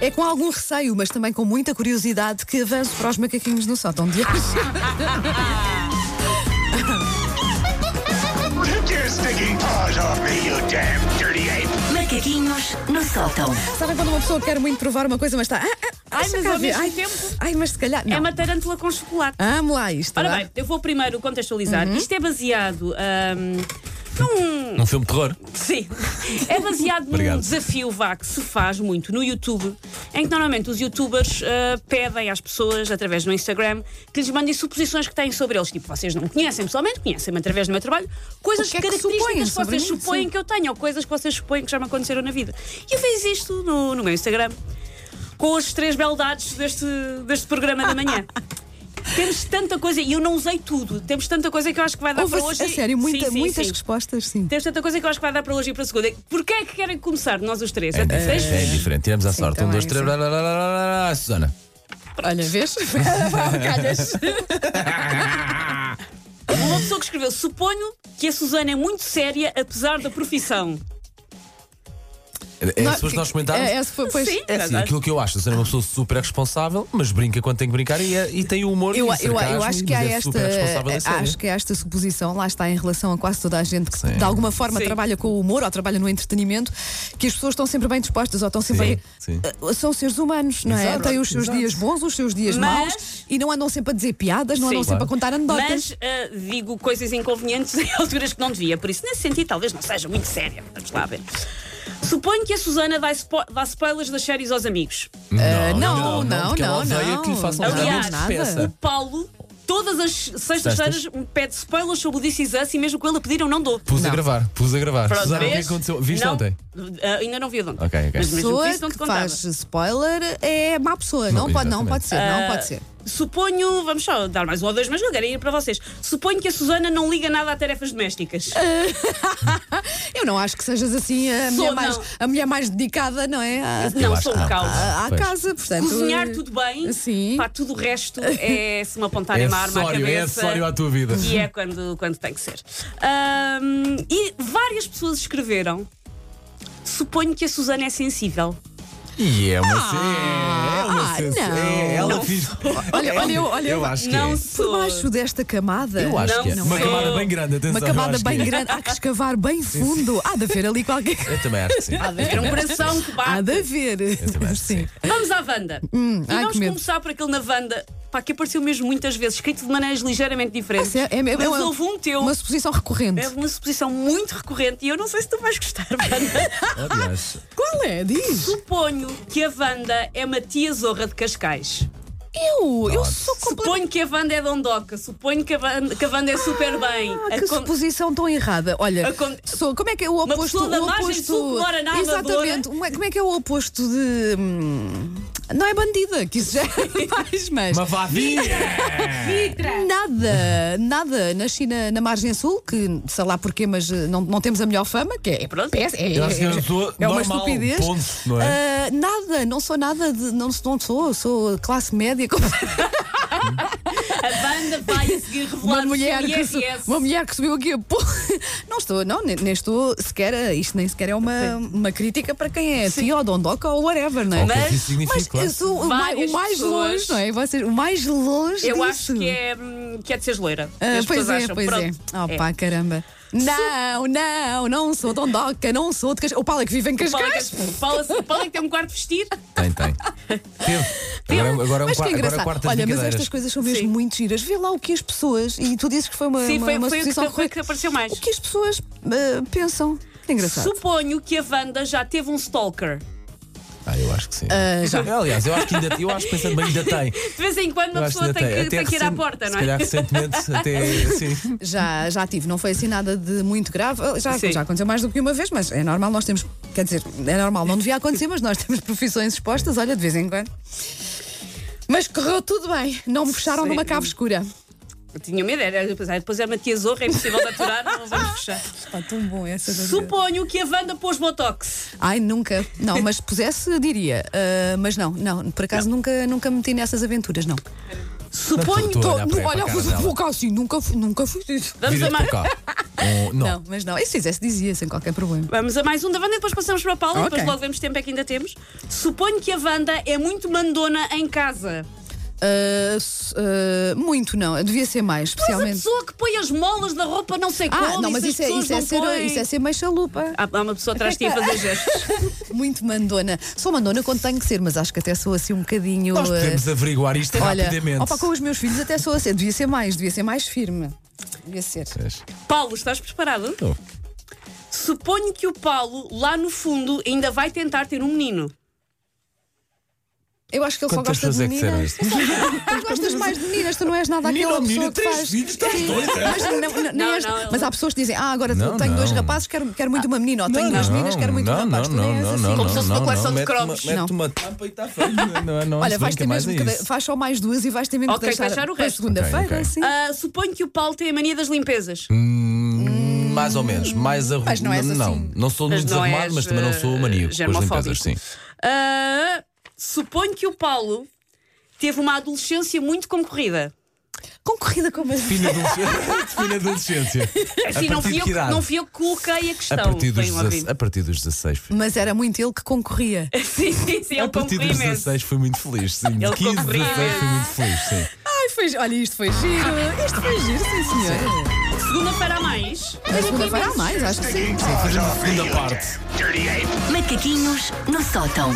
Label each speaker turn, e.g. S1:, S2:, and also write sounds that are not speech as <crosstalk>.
S1: É com algum receio, mas também com muita curiosidade que avanço para os macaquinhos no sótão de hoje.
S2: Ah.
S3: Take your stinking paws off me, you damn dirty ape!
S4: Macaquinhos no sótão.
S1: Sabem quando uma pessoa quer muito provar uma coisa, mas está. Ah, ah,
S2: Ai,
S1: deixa
S2: mas
S1: cá
S2: ao
S1: ver.
S2: mesmo
S1: ai,
S2: tempo,
S1: ai, mas se calhar. Não.
S2: É uma tarântula com chocolate.
S1: Amo lá isto.
S2: Ora
S1: vá.
S2: bem, eu vou primeiro contextualizar. Isto é baseado hum, ahm, num.
S5: Num filme de terror.
S2: Sim. É baseado num
S5: Obrigado.
S2: desafio vá que se faz muito no YouTube, em que normalmente os youtubers ah, pedem às pessoas, através do Instagram, que lhes mandem suposições que têm sobre eles. Tipo, vocês não me conhecem pessoalmente, conhecem-me através do meu trabalho, coisas
S1: O que é que supõem
S2: características que,
S1: sobre
S2: vocês
S1: mim?
S2: supõem
S1: Sim.
S2: que eu tenho, ou coisas que vocês supõem que já me aconteceram na vida. E eu fiz isto no, no meu Instagram com as três beldades deste, deste programa
S1: <laughs>
S2: da manhã. Temos tanta coisa, e eu não usei tudo, temos tanta coisa que eu acho que vai dar
S1: Houve,
S2: para hoje.
S1: a
S2: e-
S1: sério, muita-
S2: Sim, sim,
S1: muitas
S2: sim.
S1: respostas, sim.
S2: Temos tanta coisa que eu acho que vai dar para hoje e para a segunda. Porquê é que querem começar nós os três?
S5: É,
S2: Até seis?
S5: diferente, é diferente. Tiramos à sorte. um,
S1: também,
S5: dois, três.
S1: sim. então é
S5: blá, blá, blá, blá, blá, blá. Susana.
S1: Olha,
S2: <laughs>
S1: vês? Calhas.
S2: Uma pessoa que escreveu: Suponho que a Susana é muito séria, apesar da profissão.
S5: É, é
S1: Não,
S5: suposto
S1: que-
S5: nós comentarmos.
S1: É, é, supo- pois,
S2: Sim,
S5: É assim,
S2: verdade.
S5: aquilo que eu acho, a Susana é uma pessoa super responsável, mas brinca quando tem que brincar e, é- e tem o humor.
S1: Eu,
S5: e
S1: eu,
S5: o
S1: eu
S5: sarcasmo,
S1: acho que
S5: mas
S1: há
S5: é
S1: esta eh,
S5: super responsável e séria.
S1: acho que há esta suposição lá está em relação a quase toda a gente que
S5: Sim.
S1: de alguma forma
S2: Sim.
S1: trabalha com o humor ou trabalha no entretenimento que as pessoas estão sempre bem dispostas ou estão sempre
S5: Sim,
S1: Eh, são seres humanos não é
S5: Exato,
S1: têm os seus
S5: exato.
S1: dias bons os seus dias
S2: Mas-
S1: maus e não andam sempre a dizer piadas não
S2: Sim.
S1: andam sempre a
S5: Claro.
S1: contar anedotas
S2: Mas ah, digo coisas inconvenientes <laughs> em alturas que não devia, por isso, nesse sentido, talvez não seja muito séria. Vamos lá ver. Suponho que a Susana dá, spo- dá spoilers das séries aos amigos.
S1: não, eh, não,
S5: porque ela
S1: não,
S5: odeia
S1: não.
S5: que lhe façam
S1: Aliás,
S5: julgamentos de
S1: nada.
S5: peça.
S2: Paulo, todas as sextas-feiras, me pede spoilers sobre o This Is Us e mesmo com ele a pedir, eu não dou.
S5: Pus
S1: Não.
S5: a gravar, pus a gravar.
S2: Pronto,
S5: Susana, o que é que
S2: vês?
S5: aconteceu? Viste
S2: Não.
S5: ontem?
S2: Ah, ainda não vi de ontem.
S5: Ok, ok.
S2: Mas mesmo que
S1: pessoa
S2: isso não te
S1: que
S2: contava.
S1: faz spoiler é má pessoa não,
S5: Não,
S1: pode não
S5: exatamente.
S1: pode ser não
S2: Ah.
S1: pode ser
S2: Suponho, vamos só dar mais um ou dois, mas não quero ir para vocês. Suponho que a Susana não liga nada a tarefas domésticas.
S5: Ah,
S1: eu não acho que sejas assim a
S2: Sou,
S1: mulher mais
S2: não.
S1: a mulher mais dedicada não é à,
S5: Eu
S2: não
S5: acho
S2: sou
S5: que
S2: um
S5: não.
S2: caos.
S1: à- à
S5: Pois.
S1: casa portanto
S2: Cozinhar tudo bem,
S1: Sim.
S2: pá, tudo o resto é
S1: <laughs>
S2: se me apontarem
S5: É
S2: uma arma à
S5: acessório,
S2: cabeça.
S5: é acessório à tua vida.
S2: E é quando, quando tem que ser. Ahm, e várias pessoas escreveram. Suponho que a Susana é sensível.
S5: E é uma cena. é uma
S1: ah,
S5: sensa-
S1: não.
S5: é, ela fez.
S1: Olha, olha, eu- olha, eu-
S5: Eu acho que
S2: não
S5: é.
S1: Por
S2: sou.
S1: baixo desta camada.
S5: Eu acho
S2: Não
S5: que é. Uma
S2: sou.
S5: camada bem grande, atenção.
S1: Uma
S5: eu
S1: camada
S5: acho que
S1: bem
S5: é.
S1: grande. Há que escavar bem fundo. Há de haver ali qualquer
S5: <laughs>
S1: coisa.
S5: Eu também acho que sim.
S1: é
S2: Era um coração
S1: <laughs>
S2: que
S1: Há
S2: bate.
S1: de haver.
S5: também acho que
S1: Sim.
S2: Vamos à Wanda. e
S1: ai,
S2: vamos
S1: que medo.
S2: começar por aquele na Wanda, pá, que apareceu mesmo muitas vezes, escrito de maneiras ligeiramente diferentes.
S1: Sim, é- é- é
S2: mas
S1: uma-
S2: houve um teu.
S1: Uma suposição
S2: É
S1: recorrente.
S2: uma suposição muito recorrente e eu não sei se tu vais gostar, Wanda.
S5: Aliás,
S1: Qual é? Diz.
S2: <laughs> Suponho que a Wanda é uma tia zorra de Cascais.
S1: Eu, eu sou completamente.
S2: Suponho que a Wanda é dondoca. Suponho que a Wanda, que a Wanda é super bem.
S1: Ah, que
S2: Acon-
S1: suposição tão errada. Olha,
S2: Acon-
S1: sou, como é que é o oposto?
S2: pessoa da
S1: o
S2: margem
S1: oposto
S2: sul que mora na
S1: Exatamente. Uma- Como é que é o oposto de. hum, não é bandida, que isso já é <laughs> mais, mas.
S5: uma vadia!
S1: Nada, nada. Nasci na, na margem sul, que sei lá porquê, mas eh, não, não temos a melhor fama, que é
S2: Pronto.
S1: péssimo, é,
S5: Eu acho que eu
S1: é-
S5: sou
S1: é uma
S5: normal,
S1: estupidez.
S5: ponto, não é?
S1: Ah, nada, não sou nada, de, não, não sou, sou classe média. como-
S2: A Wanda
S1: <laughs>
S2: vai a seguir revelar
S1: Uma mulher,
S2: o seu
S1: que, su-
S2: IRS.
S1: uma mulher que subiu aqui a pô. <laughs> Não estou, não, nem, nem estou sequer. a- Isto nem sequer é uma, uma crítica para quem é tio ou dondoca ou whatever, não é?
S5: O que é
S2: Mas-
S5: que isso significa?
S1: Mas
S5: claro.
S1: eu sou o mai-
S2: Várias
S1: o mais
S2: pessoas-
S1: longe, não é? Vocês, o mais longe
S2: Eu
S1: disso.
S2: acho que é, hum, que é de ser loira.
S1: Ah,
S2: As
S1: pois
S2: pessoas
S1: é,
S2: acham.
S1: pois é.
S2: Pronto.
S1: Oh,
S2: É.
S1: pá, caramba. Não, não, não sou dondoca, não sou de Cascais. O Paulo é que vive em
S2: Fala
S1: Cascais. Ah,
S2: que, fala, fala que tem um quarto de vestir.
S5: Tem, tem. Teve. Agora, agora, é um
S1: mas que
S5: qua- agora
S1: engraçado.
S5: é quartas
S1: Olha, mas
S5: brincadeiras.
S1: estas coisas são mesmo
S2: Sim.
S1: muito giras. Vê lá o que as pessoas. E tu dizes que foi uma,
S2: Sim,
S1: uma,
S2: foi,
S1: uma
S2: foi o que,
S1: suposição
S2: foi o que
S1: correta.
S2: apareceu mais.
S1: O que as pessoas ah, pensam. É engraçado.
S2: Suponho que a Wanda já teve um stalker.
S5: Ah, eu acho que sim.
S1: Ah, já.
S5: Aliás, eu acho que ainda, eu acho que pensando bem, ainda tem.
S2: <laughs> De vez em quando uma
S5: Eu acho
S2: pessoa
S5: ainda
S2: tem que,
S5: Até
S2: tem que ir à
S5: recente-
S2: porta, não
S5: Se
S2: é?
S1: <laughs>
S5: calhar recentemente, até assim.
S1: Já, já tive, não foi assim nada de muito grave. Ah, Já,
S2: Sim.
S1: já aconteceu mais do que uma vez, mas é normal, nós temos. Quer dizer, é normal, não devia acontecer, mas nós temos profissões expostas, olha, de vez em quando. Mas correu tudo bem, não me fecharam
S2: Sim.
S1: numa cave escura.
S2: Eu tinha uma ideia, depois, ah, depois é uma tia zorra, é impossível de aturar, não
S1: <laughs>
S2: vamos fechar.
S1: Pá, tão bom essa
S2: Suponho que a Wanda pôs botox.
S1: Ai, nunca. Não, mas se pusesse, diria. Ah, mas não, não, por acaso Nunca, nunca me meti nessas aventuras, não.
S2: Suponho.
S5: Estou a
S1: Tô-
S5: olhar para-
S1: olha,
S5: para a cara
S1: vou
S5: dela.
S1: colocar assim, nunca, fu- nunca fui disso.
S2: Vamos a
S5: Vira-te
S2: mais.
S5: para cá. Um, não.
S1: Não, mas não. E se fizesse, dizia, sem qualquer problema.
S2: Vamos a mais um da Wanda e depois passamos para a Paula e
S1: Ok.
S2: depois logo vemos que tempo é que ainda temos. Suponho que a Wanda é muito mandona em casa.
S1: Ah, s- ah, muito não, devia ser mais,
S2: Mas a
S1: especialmente.
S2: pessoa que põe as molas da roupa não sei como.
S1: Ah, não, mas
S2: as
S1: isso é,
S2: pessoas
S1: isso é
S2: não
S1: ser,
S2: põem.
S1: isso é ser meio chalupa.
S2: Há há uma pessoa atrás de ti a
S1: <laughs>
S2: fazer gestos.
S1: Muito mandona. Sou mandona quando tenho que ser, mas acho que até sou assim um bocadinho.
S5: Nós
S1: ah,
S5: podemos averiguar isto
S1: Olha,
S5: rapidamente.
S1: opa, com os meus filhos até sou assim. Devia ser mais, devia ser mais firme. Devia ser.
S2: Paulo, estás preparado?
S5: Estou.
S2: Suponho que o Paulo, lá no fundo, ainda vai tentar ter um menino.
S1: Eu acho que ele
S5: Quantas
S1: só
S5: pessoas
S1: gosta
S5: é
S1: de
S5: que disseram
S1: meninas.
S5: isto?
S1: Tu gostas mais de meninas, tu não és nada
S5: Menino
S1: aquela
S5: ou
S1: pessoa
S5: menina,
S1: que
S5: três
S1: faz.
S5: filhos, estás
S1: Sim.
S5: doida?
S1: Mas, não, não, Ah. nem
S2: Não,
S1: és-
S2: não,
S1: mas há pessoas que dizem, ah, agora
S5: Não,
S1: tenho dois
S5: não.
S1: rapazes, quero, quero muito uma menina, ou tenho duas meninas, quero muito um
S5: não,
S1: rapaz.
S5: não,
S1: tu
S5: não,
S1: nem és
S5: não,
S1: assim.
S5: não,
S1: Como
S5: não,
S1: se fosse
S5: não,
S1: uma coleção
S5: não,
S1: de
S5: mete
S1: cromos.
S5: Uma, mete
S1: Não.
S5: uma tampa e está feio. Não, não,
S1: Olha,
S5: se
S1: vais ter
S5: brinca mais
S1: mesmo
S5: a
S1: que
S5: isso.
S1: de- faz só mais duas e vais ter mesmo
S2: Ok,
S1: que deixar,
S2: deixar o
S1: para
S2: resto.
S1: segunda-feira,
S5: Ok, ok.
S1: sim.
S2: Ah, suponho que o Paulo tem a mania das limpezas.
S5: Hum, Mais ou menos, mais arrumado.
S1: mas não és assim.
S5: não, não sou
S2: Mas
S5: muito
S2: não
S5: desarrumado,
S2: és,
S5: mas também não sou
S2: eh,
S5: maníaco. com as
S2: germofóbico.
S5: limpezas, sim.
S2: Ah, suponho que o Paulo teve uma adolescência muito concorrida.
S1: Concorrida como assim?
S5: Fim adolescência. <laughs> Fim adolescência.
S2: Assim, não fui,
S5: a partir de
S2: eu,
S5: que
S2: que-
S5: idade?
S2: não fui eu que coloquei a questão.
S5: a, partir
S2: Bem,
S5: dos
S2: um
S5: 16,
S2: ouvinte.
S5: a partir dos 16. fui-
S1: Mas era muito ele que concorria.
S2: <laughs> Sim, sim, sim, é um
S5: a
S2: ele
S5: partir
S2: concorria
S5: dos
S2: imenso.
S5: 16 fui muito feliz. Sim, de
S2: Ele
S5: 15,
S2: concorria
S5: 16 fui muito feliz. Sim.
S1: Ai, foi, olha, isto foi giro. Isto foi giro, sim, senhora.
S2: Segunda-feira a mais.
S1: Na segunda-feira há mais, acho que sim.
S3: Paws off me,
S5: Segunda
S3: you
S5: parte.
S3: damn dirty ape!
S4: Macaquinhos no sótão.